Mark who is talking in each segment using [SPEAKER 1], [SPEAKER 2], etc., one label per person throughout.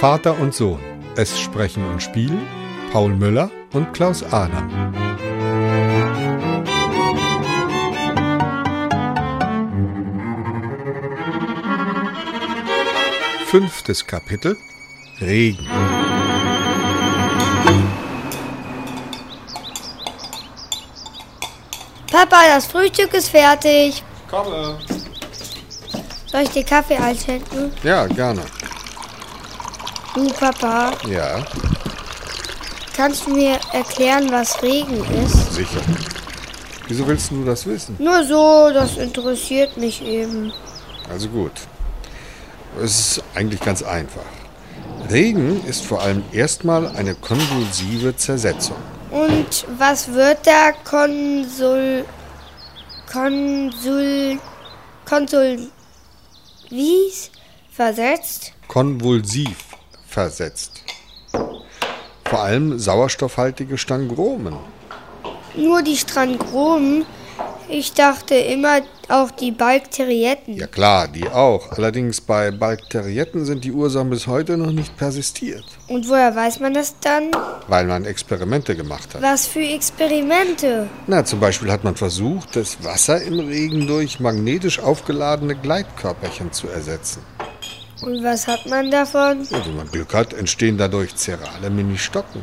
[SPEAKER 1] Vater und Sohn. Es sprechen und spielen Paul Müller und Klaus Adam. Fünftes Kapitel Regen.
[SPEAKER 2] Papa, das Frühstück ist fertig.
[SPEAKER 1] Komme.
[SPEAKER 2] Soll ich dir Kaffee einschenken?
[SPEAKER 1] Ja, gerne.
[SPEAKER 2] Du, Papa,
[SPEAKER 1] Ja,
[SPEAKER 2] kannst du mir erklären, was Regen ist?
[SPEAKER 1] sicher. Wieso willst du das wissen?
[SPEAKER 2] Nur so, das interessiert mich eben.
[SPEAKER 1] Also gut. Es ist eigentlich ganz einfach. Regen ist vor allem erstmal eine konvulsive Zersetzung.
[SPEAKER 2] Und was wird da konsul... konsul... konsul... wie's? Versetzt?
[SPEAKER 1] konvulsiv versetzt. Vor allem sauerstoffhaltige Stangromen.
[SPEAKER 2] Nur die Strangromen. Ich dachte immer auch die Balkterietten.
[SPEAKER 1] Ja klar, die auch. Allerdings bei Bakterietten sind die Ursachen bis heute noch nicht persistiert,
[SPEAKER 2] Und woher weiß man das dann?
[SPEAKER 1] weil man Experimente gemacht hat.
[SPEAKER 2] Was für Experimente?
[SPEAKER 1] Na, zum Beispiel hat man versucht, das Wasser im Regen durch magnetisch aufgeladene Gleitkörperchen zu ersetzen.
[SPEAKER 2] Und was hat man davon?
[SPEAKER 1] Und wenn man Glück hat, entstehen dadurch zerale Mini-Stocken.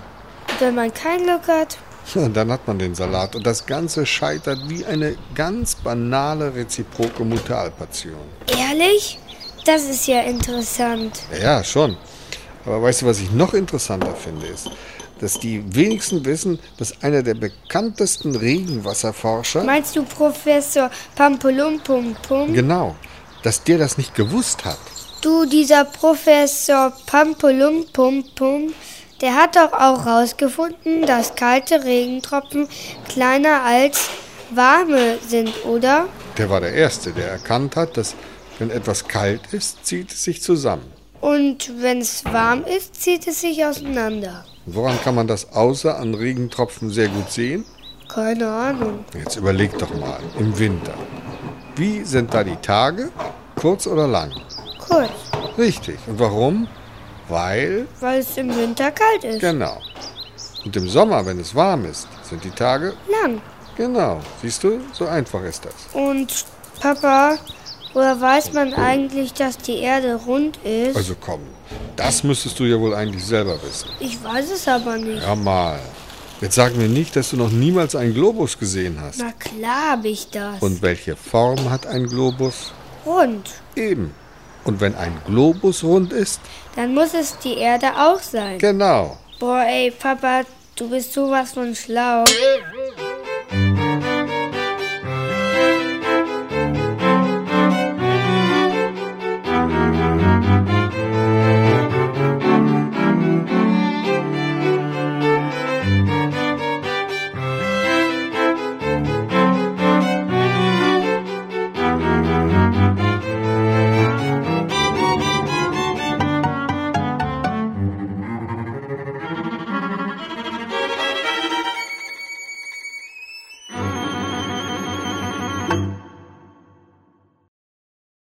[SPEAKER 2] Und wenn man kein Glück hat?
[SPEAKER 1] Und dann hat man den Salat und das Ganze scheitert wie eine ganz banale reziproke Mutalpation.
[SPEAKER 2] Ehrlich? Das ist ja interessant.
[SPEAKER 1] Ja, Ja, schon. Aber weißt du, was ich noch interessanter finde, ist, dass die wenigsten wissen, dass einer der bekanntesten Regenwasserforscher,
[SPEAKER 2] Meinst du Professor Pampolumpumpum?
[SPEAKER 1] genau, dass der das nicht gewusst hat.
[SPEAKER 2] Du, dieser Professor Pampolumpumpum, der hat doch auch rausgefunden, dass kalte Regentropfen kleiner als warme sind, oder?
[SPEAKER 1] Der war der Erste, der erkannt hat, dass wenn etwas kalt ist, zieht es sich zusammen.
[SPEAKER 2] Und wenn es warm ist, zieht es sich auseinander.
[SPEAKER 1] Woran kann man das außer an Regentropfen sehr gut sehen?
[SPEAKER 2] Keine Ahnung.
[SPEAKER 1] Jetzt überleg doch mal, im Winter. Wie sind da die Tage? Kurz oder lang?
[SPEAKER 2] Kurz,
[SPEAKER 1] Richtig. Und warum? Weil
[SPEAKER 2] weil es im Winter kalt ist.
[SPEAKER 1] Genau. Und im Sommer, wenn es warm ist, sind die Tage
[SPEAKER 2] Lang.
[SPEAKER 1] genau. Siehst du, so einfach ist das.
[SPEAKER 2] Und Papa, woher weiß man eigentlich, dass die Erde rund ist?
[SPEAKER 1] Also komm, das müsstest du ja wohl eigentlich selber wissen.
[SPEAKER 2] ich weiß es aber nicht.
[SPEAKER 1] Ja mal. Jetzt sag mir nicht, dass du noch niemals einen Globus gesehen hast.
[SPEAKER 2] Na klar habe ich das.
[SPEAKER 1] Und welche Form hat ein Globus?
[SPEAKER 2] rund.
[SPEAKER 1] Eben. Und wenn ein Globus rund ist?
[SPEAKER 2] Dann muss es die Erde auch sein.
[SPEAKER 1] Genau.
[SPEAKER 2] Boah, ey, Papa, du bist sowas von schlau.